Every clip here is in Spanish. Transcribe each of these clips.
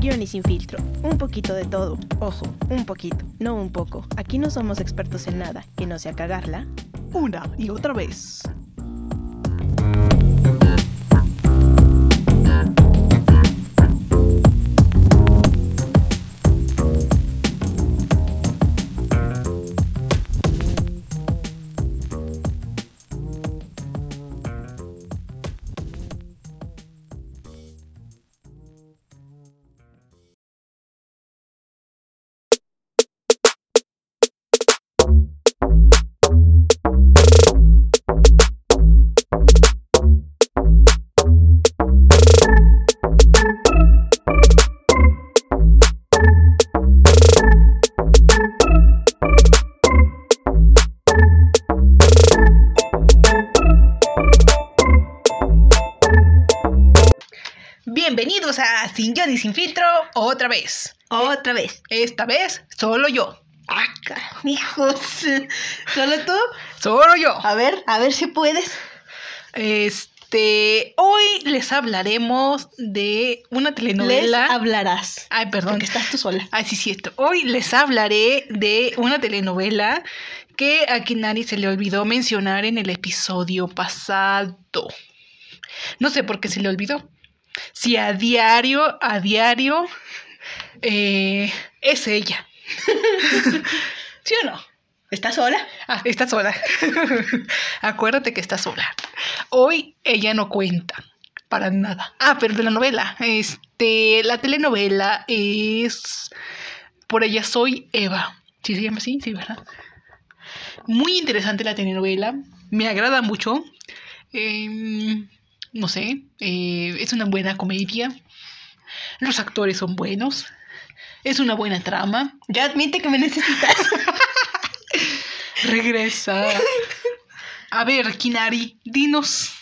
guión y sin filtro. Un poquito de todo. Ojo, un poquito, no un poco. Aquí no somos expertos en nada, que no sea cagarla. Una y otra vez. Bienvenidos a Sin Guión y Sin Filtro otra vez. Otra vez. Esta vez solo yo. ¡Ah, carajos! ¿Solo tú? Solo yo. A ver, a ver si puedes. Este, hoy les hablaremos de una Les telenovela. hablarás. Ay, perdón. Porque estás tú sola. Ay, Ah, sí, cierto. Hoy les hablaré de una telenovela que a Kinari se le olvidó mencionar en el episodio pasado. No sé por qué se le olvidó. Si a diario, a diario, eh, es ella. ¿Sí o no? ¿Estás sola? Ah, está sola. Acuérdate que está sola. Hoy ella no cuenta para nada. Ah, pero de la novela. Este, la telenovela es Por ella soy Eva. ¿Sí se llama así? Sí, ¿verdad? Muy interesante la telenovela. Me agrada mucho. Em, no sé. eh, es una buena comedia. Los actores son buenos. Es una buena trama. Ya admite que me necesitas. Regresa. A ver, Kinari, dinos,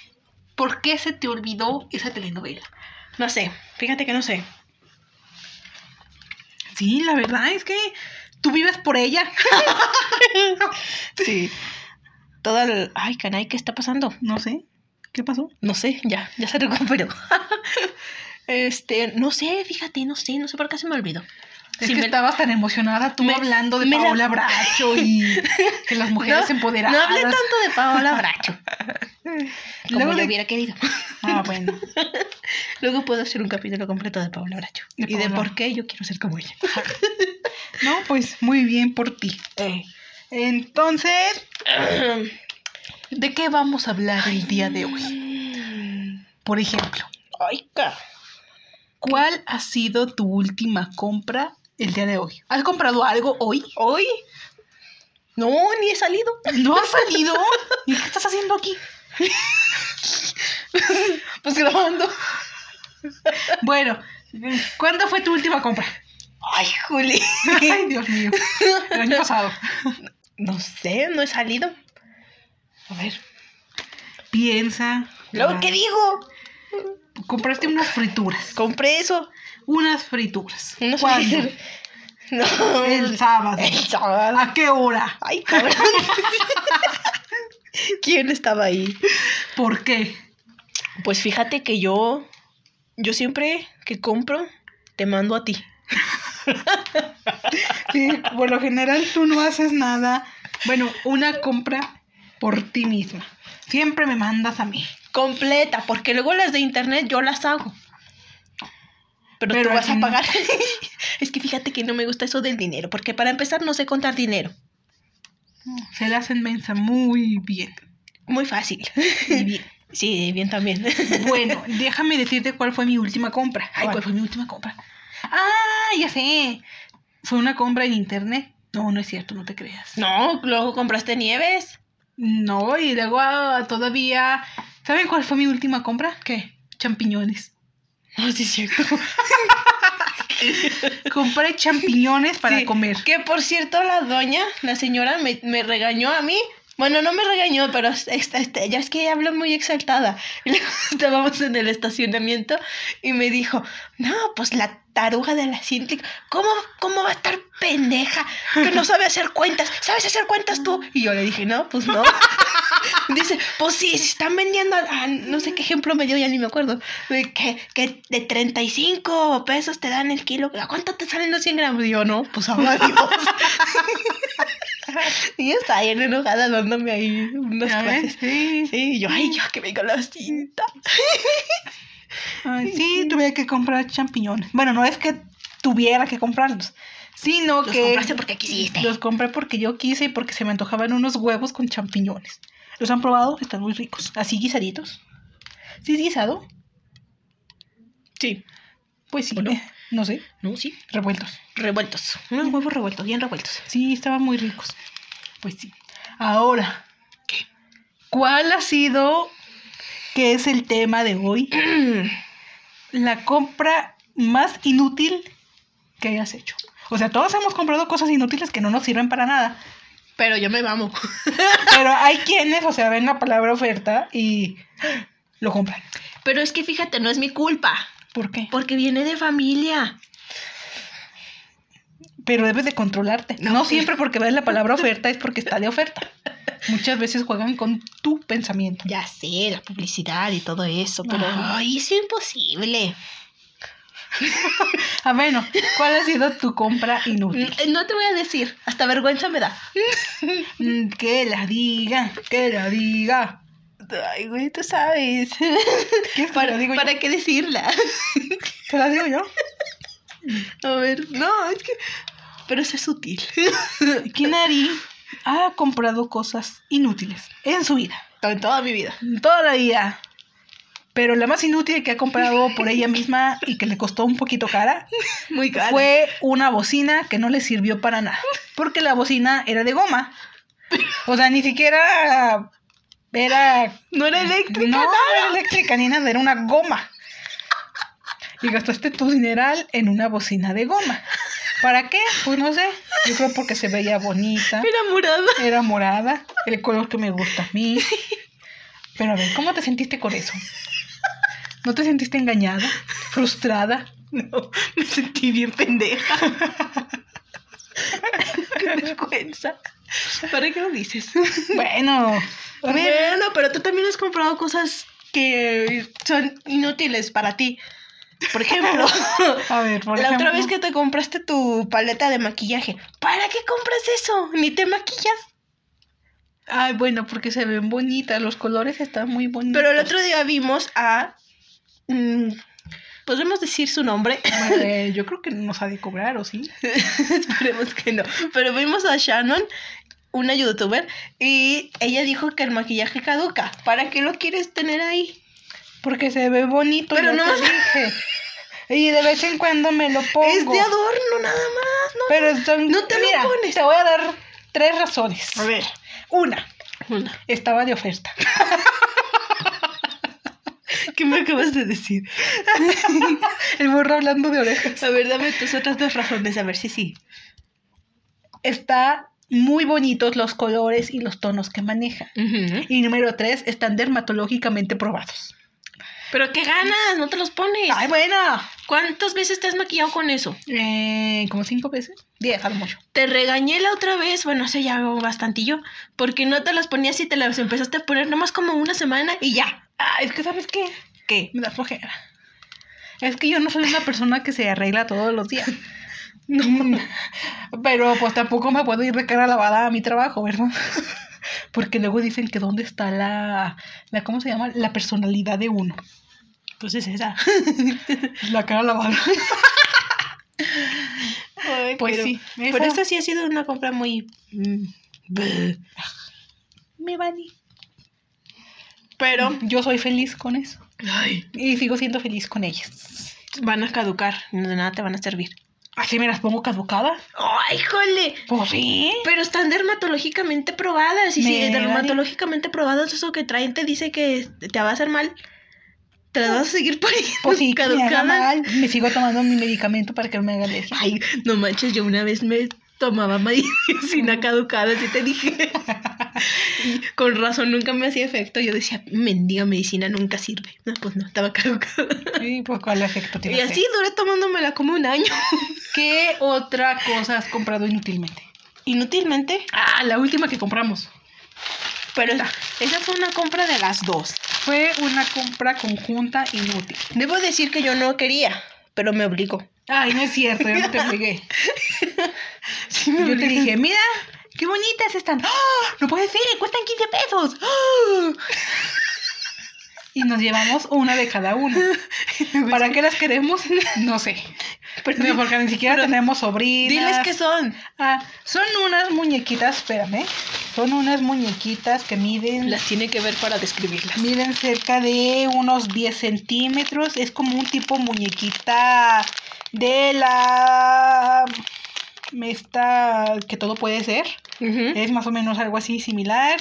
¿por qué se te olvidó esa telenovela? No sé, fíjate que no sé. Sí, la verdad es que tú vives por ella. Sí. Todo el... Ay, canay, ¿qué está pasando? No sé, ¿qué pasó? No sé, ya, ya se recuperó. este, no sé, fíjate, no sé, no sé por qué se me olvidó. Es Sí, que me- estabas tan emocionada tú me- hablando de me la- Paola Bracho y de las mujeres no, empoderadas. No hablé tanto de Paola Bracho, como Luego yo de- hubiera querido. Ah, bueno. Luego puedo hacer un capítulo completo de Paola Bracho. De y de Paola. por qué yo quiero ser como ella. No, pues muy bien por ti. Entonces, ¿de qué vamos a hablar el día de hoy? Por ejemplo, Ay, ca. ¿Cuál ha sido tu última compra el día de hoy? ¿Has comprado algo hoy? ¿Hoy? No, ni he salido. ¿No has salido? ¿Y qué estás haciendo aquí? Pues grabando. Bueno, ¿cuándo fue tu última compra? Ay, Juli. Ay, Dios mío. El año pasado. No sé, no he salido. A ver. Piensa. ¿Luego ah, qué digo? Compraste unas frituras. Compré eso. Unas frituras. No sé. ¿Cuándo? No. El sábado. El sábado. ¿A qué hora? Ay, cabrón. ¿Quién estaba ahí? ¿Por qué? Pues fíjate que yo, yo siempre que compro, te mando a ti. Sí, por lo general tú no haces nada. Bueno, una compra por ti misma. Siempre me mandas a mí. Completa, porque luego las de internet yo las hago. Pero, Pero tú vas aquí a no. pagar. es que fíjate que no me gusta eso del dinero, porque para empezar no sé contar dinero. Se la hacen mensa muy bien. Muy fácil. Muy bien. Sí, bien también. Bueno, déjame decirte cuál fue mi última compra. Ay, ¿Cuál? ¿cuál fue mi última compra? Ah, ya sé. Fue una compra en internet. No, no es cierto, no te creas. No, luego compraste nieves. No, y luego ah, todavía... ¿Saben cuál fue mi última compra? ¿Qué? Champiñones. No, sí es cierto. Compré champiñones para Sí, comer. Que por cierto, la doña, la señora, me, me regañó a mí. Bueno, no me regañó, pero esta- esta- ya es que hablo muy exaltada. Y luego estábamos en el estacionamiento y me dijo, no, pues la taruga de la Cintic, ¿cómo, ¿cómo va a estar pendeja? Que no sabe hacer cuentas, ¿sabes hacer cuentas tú? Y yo le dije, no, pues no. Dice, pues sí, se están vendiendo, a- a- no sé qué ejemplo me dio, ya ni me acuerdo, de que, que de 35 pesos te dan el kilo, ¿a cuánto te salen los 100 gramos? Y yo, no, pues ahora Dios. y yo estaba bien enojada dándome ahí unas Ya ves, clases. sí. Sí, y yo, ay, yo que venga la cinta. Ay, sí, tuve que comprar champiñones. Bueno, no es que tuviera que comprarlos, sino Los que... compraste porque quisiste. Los compré porque yo quise y porque se me antojaban unos huevos con champiñones. ¿Los han probado? Están muy ricos. Así guisaditos. ¿Sí es guisado? Sí. Pues sí. ¿O no? eh, no sé. No, sí. Revueltos. Revueltos. Unos huevos revueltos, bien revueltos. Sí, estaban muy ricos. Pues sí. Ahora, ¿qué? ¿Cuál ha sido, que es el tema de hoy, la compra más inútil que hayas hecho? O sea, todos hemos comprado cosas inútiles que no nos sirven para nada. Pero yo me vamos. Pero hay quienes, o sea, ven la palabra oferta y lo compran. Pero es que fíjate, no es mi culpa. ¿Por qué? Porque viene de familia. Pero debes de controlarte. No. pues. No siempre porque ves la palabra oferta es porque está de oferta. Muchas veces juegan con tu pensamiento. Ya sé, la publicidad y todo eso, pero Ajá. ay, es imposible. Ah, bueno, ¿cuál ha sido tu compra inútil? N- Mm, No te voy a decir, hasta vergüenza me da. Mm, Que la diga, que la diga. Ay, güey, tú sabes. ¿Quieres que te ¿Para, la digo yo? ¿para qué decirla? ¿Te la digo yo? A ver, no, es que... Pero eso es sutil. Kinari ha comprado cosas inútiles en su vida, En toda mi vida. en toda la vida. Pero la más inútil que ha comprado por ella misma y que le costó un poquito cara Muy caro. fue una bocina que no le sirvió para nada. Porque la bocina era de goma. O sea, ni siquiera era. No era eléctrica, no, nada. no era eléctrica ni nada, era una goma. Y gastaste tu dineral en una bocina de goma. ¿Para qué? Pues no sé. Yo creo porque se veía bonita, Enamorada. era morada, el color que me gusta a mí. Pero a ver, ¿cómo te sentiste con eso? ¿No te sentiste engañada? ¿Frustrada? No, me sentí bien pendeja. Qué vergüenza. ¿Para qué lo dices? Bueno, a ver, Bueno, pero tú también has comprado cosas que son inútiles para ti. Por ejemplo, A ver, por la otra ejemplo. vez que te compraste tu paleta de maquillaje, ¿para qué compras eso? Ni te maquillas. Ay, bueno, porque se ven bonitas, los colores están muy bonitos. Pero el otro día vimos a... mm, Podremos decir su nombre. Bueno, eh, yo creo que no nos ha de cobrar, ¿o sí? Esperemos que no. Pero vimos a Shannon, una youtuber, y ella dijo que el maquillaje caduca. ¿Para qué lo quieres tener ahí? Porque se ve bonito, Pero no- yo te dije. Y de vez en cuando me lo pongo. Es de adorno nada más, ¿no? Pero son- No te lo mira, pones. Te voy a dar tres razones. A ver, Una, una. estaba de oferta. ¿Qué me acabas de decir? El burro hablando de orejas. A ver, dame tus otras dos razones, a ver si sí. Está muy bonitos los colores y los tonos que maneja. Y número tres, están dermatológicamente probados. Pero qué ganas, no te los pones. ¡Ay, bueno! ¿Cuántas veces te has maquillado con eso? Eh, ¿Como cinco veces? Diez, a lo mucho. Te regañé la otra vez, bueno, hace ya bastantillo, porque no te las ponías y te las empezaste a poner nomás como una semana y ya. Ah, es que ¿sabes qué? ¿Qué? Me da flojera. Es que yo no soy una persona que se arregla todos los días. No. Pero pues tampoco me puedo ir de cara lavada a mi trabajo, ¿verdad? Porque luego dicen que dónde está la, la ¿cómo se llama? La personalidad de uno. Pues es esa. La cara lavada. pues pero- sí. esa- Pero esta sí ha sido una compra muy. mm, bleh. Me vale. Pero. Yo soy feliz con eso. Ay. Y sigo siendo feliz con ellas. Van a caducar. no De nada te van a servir. ¿Así me las pongo caducada? ¡Ay, jole! ¿Por qué? Pero están dermatológicamente probadas. Y si Me dermatológicamente probadas, eso que traen te dice que te va a hacer mal. Te las vas a seguir poniendo. Pues sí, que me haga caducadas. mal, me sigo tomando mi medicamento para que no me haga alergia. Ay, no manches, yo una vez me tomaba medicina caducada, así te dije. Y con razón nunca me hacía efecto. Yo decía, mendiga medicina nunca sirve. No, pues no, estaba caducada. Sí, pues cuál efecto tiene. Y así duré tomándomela como un año. ¿Qué otra cosa has comprado inútilmente? Inútilmente. Ah, la última que compramos. Pero esa fue una compra de las dos. Fue una compra conjunta inútil. Debo decir que yo no quería, pero me obligó. Ay, no es cierto, yo no te obligué. Sí, me Yo te obligó. dije, mira, qué bonitas están. ¡Ah! No puede ser, cuestan 15 pesos. ¡Ah! Y nos llevamos una de cada una. ¿Para qué las queremos? No sé. Pero No, porque ni siquiera tenemos sobrinas. diles que son. Ah, son unas muñequitas, espérame. Son unas muñequitas que miden. Las tiene que ver para describirlas. Miden cerca de unos 10 centímetros. Es como un tipo muñequita de la. Esta que todo puede ser. Ujú. Es más o menos algo así similar.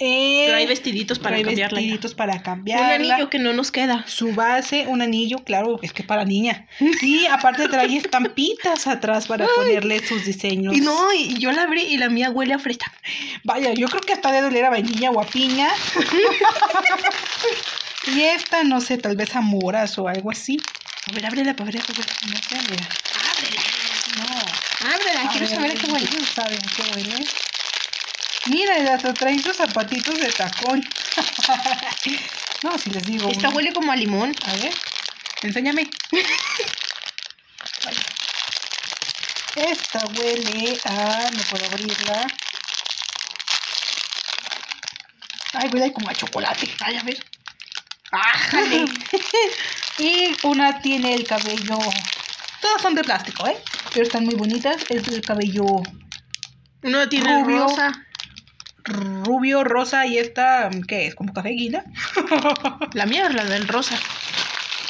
Eh, Pero hay vestiditos para trae cambiarla. ya. vestiditos para Un cambiarla. anillo que no nos queda. Su base, un anillo, claro, es que para niña. Y aparte trae estampitas atrás para Ay. ponerle sus diseños. Y no, y yo la abrí y la mía huele a fresa. Vaya, yo creo que hasta de doler a vainilla o a piña. y esta, no sé, tal vez a moras o algo así. A ver, ábrela para ver. Ábrela. No sé, mira. Ábrela. No. ábrela, A quiero ver, saber a a ver, qué huele. ustedes saben qué huele. Mira, hasta traen sus zapatitos de tacón. no, si les digo. Esta uno. huele como a limón. A ver. Enséñame. Esta huele a. No puedo abrirla. Ay, huele como a chocolate. Ay, a ver. Ájale. y una tiene el cabello. Todas son de plástico, ¿eh? Pero están muy bonitas. Es el cabello Uno tiene Rubio. rosa. rubio, rosa y esta. ¿Qué es? ¿Como café guinda? La mía es la del rosa.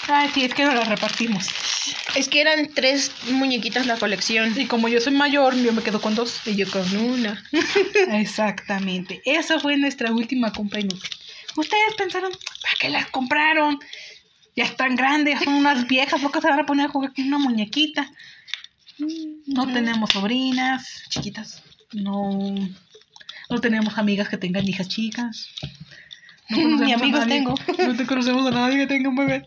Ay, Ah, sí, es que nos las repartimos. Es que eran tres muñequitas la colección. Y como yo soy mayor, yo me quedo con dos. Y yo con una. Exactamente. Esa fue nuestra última compra inútil. Ustedes pensaron, ¿para qué las compraron? Ya están grandes, son unas viejas, ¿por qué se van a poner a jugar con una muñequita? No Mm. tenemos sobrinas chiquitas. No, no tenemos amigas que tengan hijas chicas. conocemos Ni a amigos nadie. tengo. No te conocemos a nadie que tenga un bebé.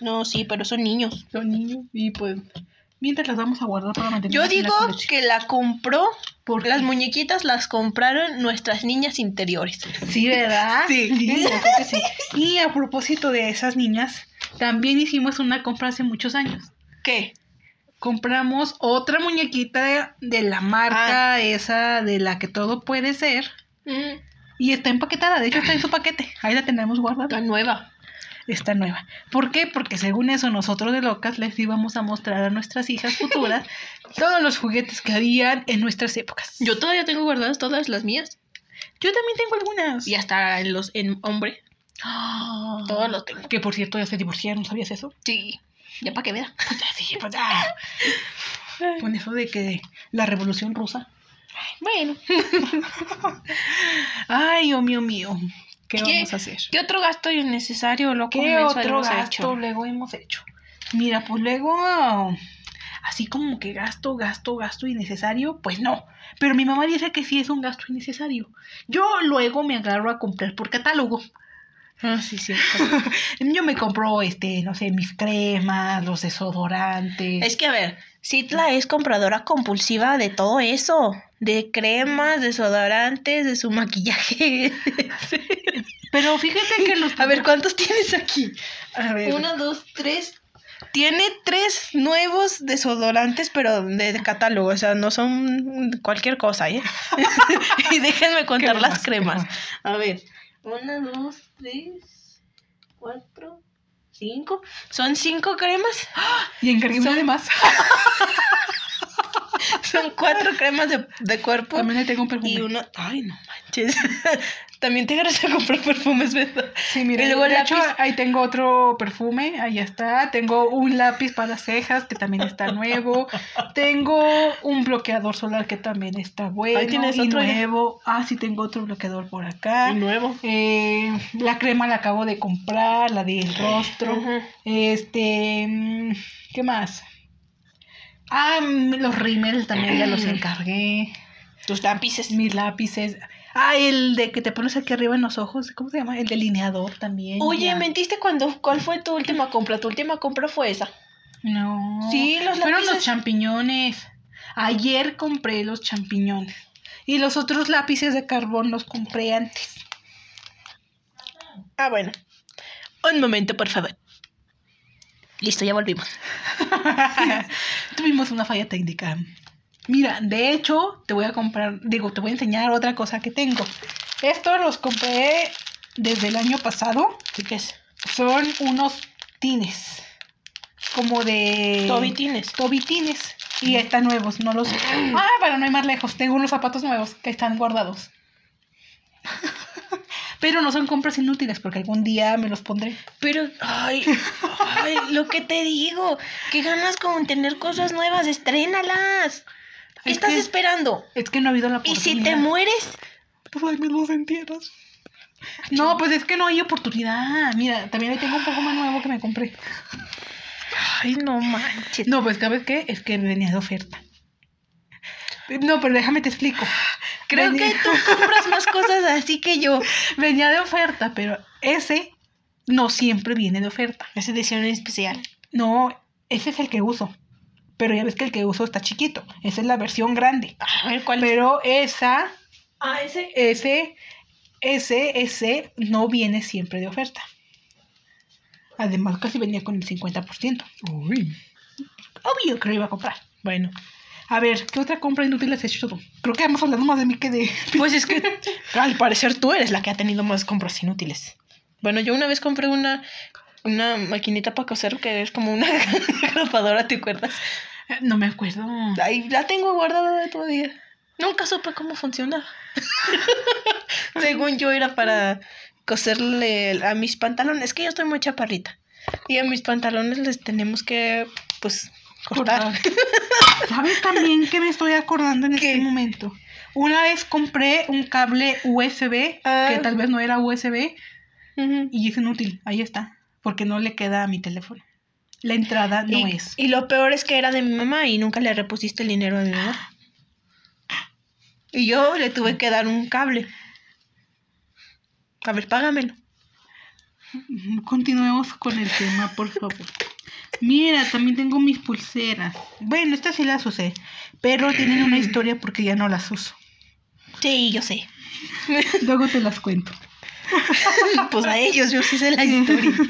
No, sí, pero son niños. Son niños. Y pues, mientras las vamos a guardar para mantener. Yo digo que la compró. ¿Por Las qué? muñequitas las compraron nuestras niñas interiores. Sí, ¿verdad? Sí. yo creo que sí. Y a propósito de esas niñas, también hicimos una compra hace muchos años. ¿Qué? Compramos otra muñequita de, de la Ah. marca esa de la que todo puede ser. Mm. Y está empaquetada, de hecho está en su paquete. Ahí la tenemos La guardada. nueva. Está nueva. ¿Por qué? Porque según eso, nosotros de locas les íbamos a mostrar a nuestras hijas futuras todos los juguetes que habían en nuestras épocas. Yo todavía tengo guardadas todas las mías. Yo también tengo algunas. Y hasta en los en hombre. Ah. Todo lo tengo. Que por cierto ya se divorciaron, ¿sabías eso? Sí. Ya para que vea. Pues ya, sí, pues ya. Con eso de que la revolución rusa. Bueno. Ay, oh mío mío. ¿Qué, ¿Qué? vamos a hacer? ¿Qué otro gasto innecesario o loco ¿Qué mensual otro hemos gasto hecho? luego hemos hecho? Mira, pues luego, así como que gasto, gasto, gasto innecesario, pues no. Pero mi mamá dice que sí es un gasto innecesario. Yo luego me agarro a comprar por catálogo. Ah, sí, sí. Yo me compro, este, no sé, mis cremas, los desodorantes. Es que a ver, Citla es compradora compulsiva de todo eso, de cremas, desodorantes, de su maquillaje. Pero fíjate que los... A ver, ¿cuántos tienes aquí? a ver. Uno, dos, tres. Tiene tres nuevos desodorantes, pero de catálogo, o sea, no son cualquier cosa, ¿eh? y déjenme contar las cremas. A ver, una, dos, tres, cuatro, cinco. Son cinco cremas. Y encargué una de más. Son cuatro cremas de, de cuerpo. También le tengo un perfume. Y uno, ay, no manches. También te agarras a comprar perfumes, ¿verdad? Sí, mira, y luego de lápiz. hecho, ahí tengo otro perfume, ahí está. Tengo un lápiz para cejas que también está nuevo. Tengo un bloqueador solar que también está bueno Ahí tienes y otro ya. nuevo. Ah, sí, tengo otro bloqueador por acá. nuevo. Eh, la crema la acabo de comprar, la del rostro. Este, mm, ¿qué más? Ah, mm, los rímel también ya los encargué. Tus lápices. Mis lápices. Ah, el de que te pones aquí arriba en los ojos. ¿Cómo se llama? El delineador también. Oye, ya. mentiste cuando. ¿Cuál fue tu última compra? Tu última compra fue esa. No. Sí, los Fueron los lápices. champiñones. Ayer compré los champiñones. Y los otros lápices de carbón los compré antes. Ah, bueno. Un momento, por favor. Listo, ya volvimos. Tuvimos una falla técnica. Mira, de hecho, te voy a comprar, digo, te voy a enseñar otra cosa que tengo. Estos los compré desde el año pasado. ¿Sí qué es? Son unos tines. Como Eh, de... Tobitines. Tobitines. Y están nuevos, no los... Mm. Ah, para no ir más lejos, tengo unos zapatos nuevos que están guardados. Pero no son compras inútiles porque algún día me los pondré. Pero, ay, ay, lo que te digo. ¿Qué ganas con tener cosas nuevas? Estrénalas. ¿Qué Es estás que- esperando? Es que no ha habido la ¿Y oportunidad. si te mueres? Pues ahí me los entierras. Ah, No, pues es que no hay oportunidad. Mira, también ahí tengo un poco más nuevo que me compré. Ay, no manches. No, pues ¿sabes qué? Es que venía de oferta. No, pero déjame te explico. Creo Venía- que tú compras más cosas así que yo. venía de oferta, pero ese no siempre viene de oferta. Es edición especial. No, ese es el que uso. Pero ya ves que el que uso está chiquito. Esa es la versión grande. A ver, ¿cuál es? Pero esa, Ah, ese. ese, ese, ese no viene siempre de oferta. Además, casi venía con el 50%. Uy. Obvio que lo iba a comprar. Bueno. A ver, ¿qué otra compra inútil has hecho tú? Creo que hemos hablado más de mí que de... Pues es que al parecer tú eres la que ha tenido más compras inútiles. Bueno, yo una vez compré una, una maquinita para coser que es como una grapadora, ¿te acuerdas? Eh, No me acuerdo. Ahí la tengo guardada todavía. Nunca supe cómo funcionaba. Según yo era para coserle a mis pantalones, que yo estoy muy chaparrita. Y a mis pantalones les tenemos que, pues, cortar. ¿Sabes también que me estoy acordando en ¿Qué? este momento? Una vez compré un cable USB, Ah. que tal vez no era USB, Ujú. y es inútil. Ahí está. Porque no le queda a mi teléfono. La entrada no y, es. y lo peor es que era de mi mamá y nunca le repusiste el dinero de mi mamá. Y yo le tuve que dar un cable. A ver, págamelo. Continuemos con el tema, por favor. Mira, también tengo mis pulseras. Bueno, estas sí las usé, pero tienen una historia porque ya no las uso. Sí, yo sé. Luego te las cuento. pues a ellos, yo sí sé la historia.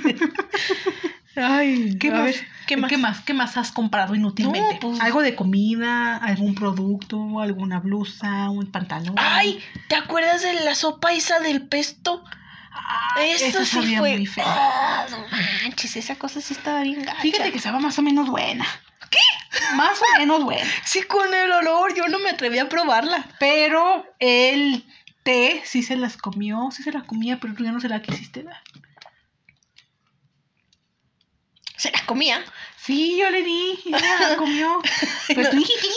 Ay, ¿Qué a más? ver, ¿qué más? ¿Qué más has comprado inútilmente? No, pues- Algo de comida, algún producto, alguna blusa, un pantalón. Ay, ¿te acuerdas de la sopa esa del pesto? Ay, Eso Ah, esa sí sabía fue. muy feo. Ah, no manches, esa cosa sí estaba bien gacha. Fíjate que estaba más o menos buena. ¿Qué? Más o menos buena. sí con el olor, yo no me atreví a probarla. Pero el té sí se las comió, sí se la comía, pero tú ya no se la quisiste dar. Se la comía. Sí, yo le di, y ella la comió. Pero tú dijiste,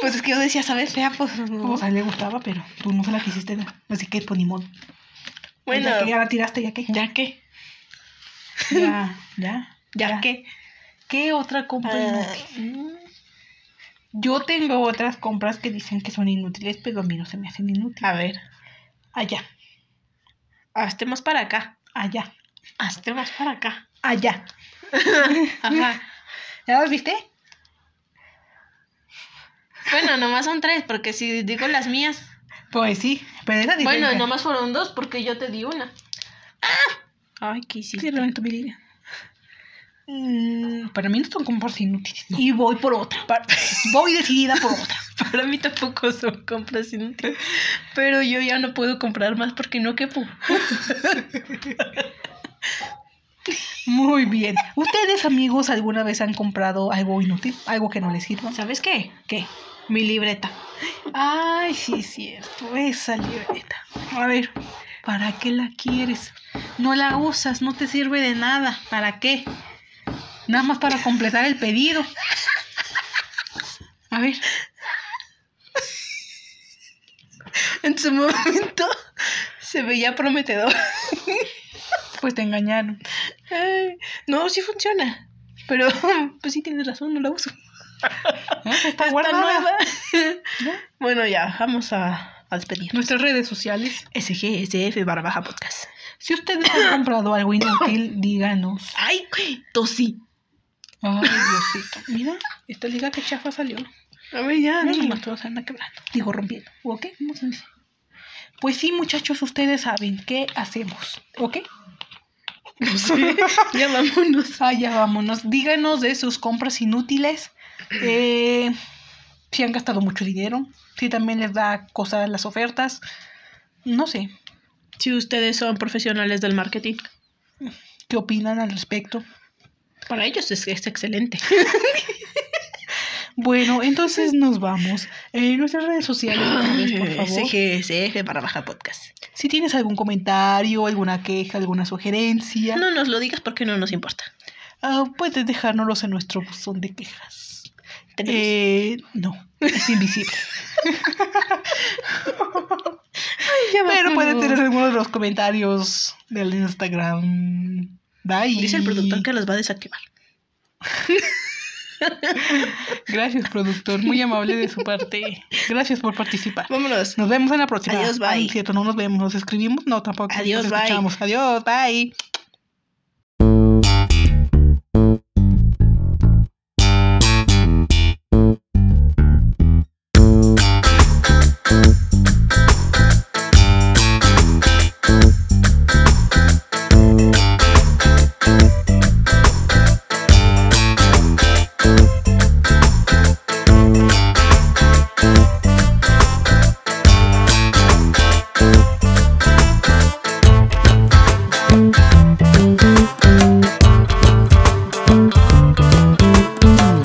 Pues es que yo decía, ¿sabes? Fea, pues. o sea, le gustaba, pero tú no se la quisiste dar. Así que, pues, ni modo. Bueno, ah, Ya, que ya la tiraste, ya que. ¿ya qué? Ya, ya. ¿Ya, ya. qué? ¿Qué otra compra inútil? Yo tengo otras compras que dicen que son inútiles, pero a mí no se me hacen inútiles. a ver, Allá, hazte más para acá. allá, Hazte más para acá. allá. Ajá. ¿Ya las viste? bueno, nomás son tres, porque si digo las mías. Pues sí, pero esa Bueno, diferente. nomás fueron dos, porque yo te di una. ¡Ah! Ay, ¿qué hiciste? Piérdame tu virilidad. Mm, para mí no son compras inútiles. Y voy por otra. Voy decidida por otra. Para mí tampoco son compras inútiles. Pero yo ya no puedo comprar más porque no quepo. Muy bien. ¿Ustedes, amigos, alguna vez han comprado algo inútil? ¿Algo que no les sirva? ¿Sabes qué? ¿Qué? Mi libreta. Ay, sí, es cierto. Esa libreta. A ver, ¿para qué la quieres? No la usas, no te sirve de nada. ¿Para qué? Nada más para completar el pedido. A ver. En su momento se veía prometedor. Pues te engañaron. Ay, no, sí funciona. Pero, pues sí tienes razón, no la uso. pues Está Está guardada. nueva. Bueno, ya, vamos a, a despedir. Nuestras redes sociales. SGSF barra baja podcast. Si ustedes han comprado algo inútil, díganos. Ay, güey, tosí. Ay, Diosito. Mira, esta liga que chafa salió. A ver, ya, No, dime. nomás todos andan quebrando. Digo, rompiendo. ¿Ok? ¿Cómo se dice? Pues sí, muchachos, ustedes saben qué hacemos. ¿Ok? No sé. Ya vámonos. Ah, ya vámonos. Díganos de sus compras inútiles. eh, si han gastado mucho dinero. Si también les da cosas las ofertas. No sé. Si ustedes son profesionales del marketing, ¿Qué opinan al respecto? para ellos es, es excelente. Bueno, entonces nos vamos. En nuestras redes sociales, otra vez, por favor. SGSF para baja podcast. Si tienes algún comentario, alguna queja, alguna sugerencia, No nos lo digas porque no nos importa. ah, puedes dejárnoslos en nuestro buzón de quejas. Tenemos- Eh, no, es invisible. ya Pero puede vámonos. tener algunos de los comentarios del Instagram. Bye. Dice el productor que los va a desactivar. Gracias, productor. Muy amable de su parte. Gracias por participar. Vámonos. Nos vemos en la próxima. Adiós, bye. Ah, no es cierto, no nos vemos. ¿Nos escribimos? No, tampoco. Adiós, Nos bye. escuchamos. Adiós, bye.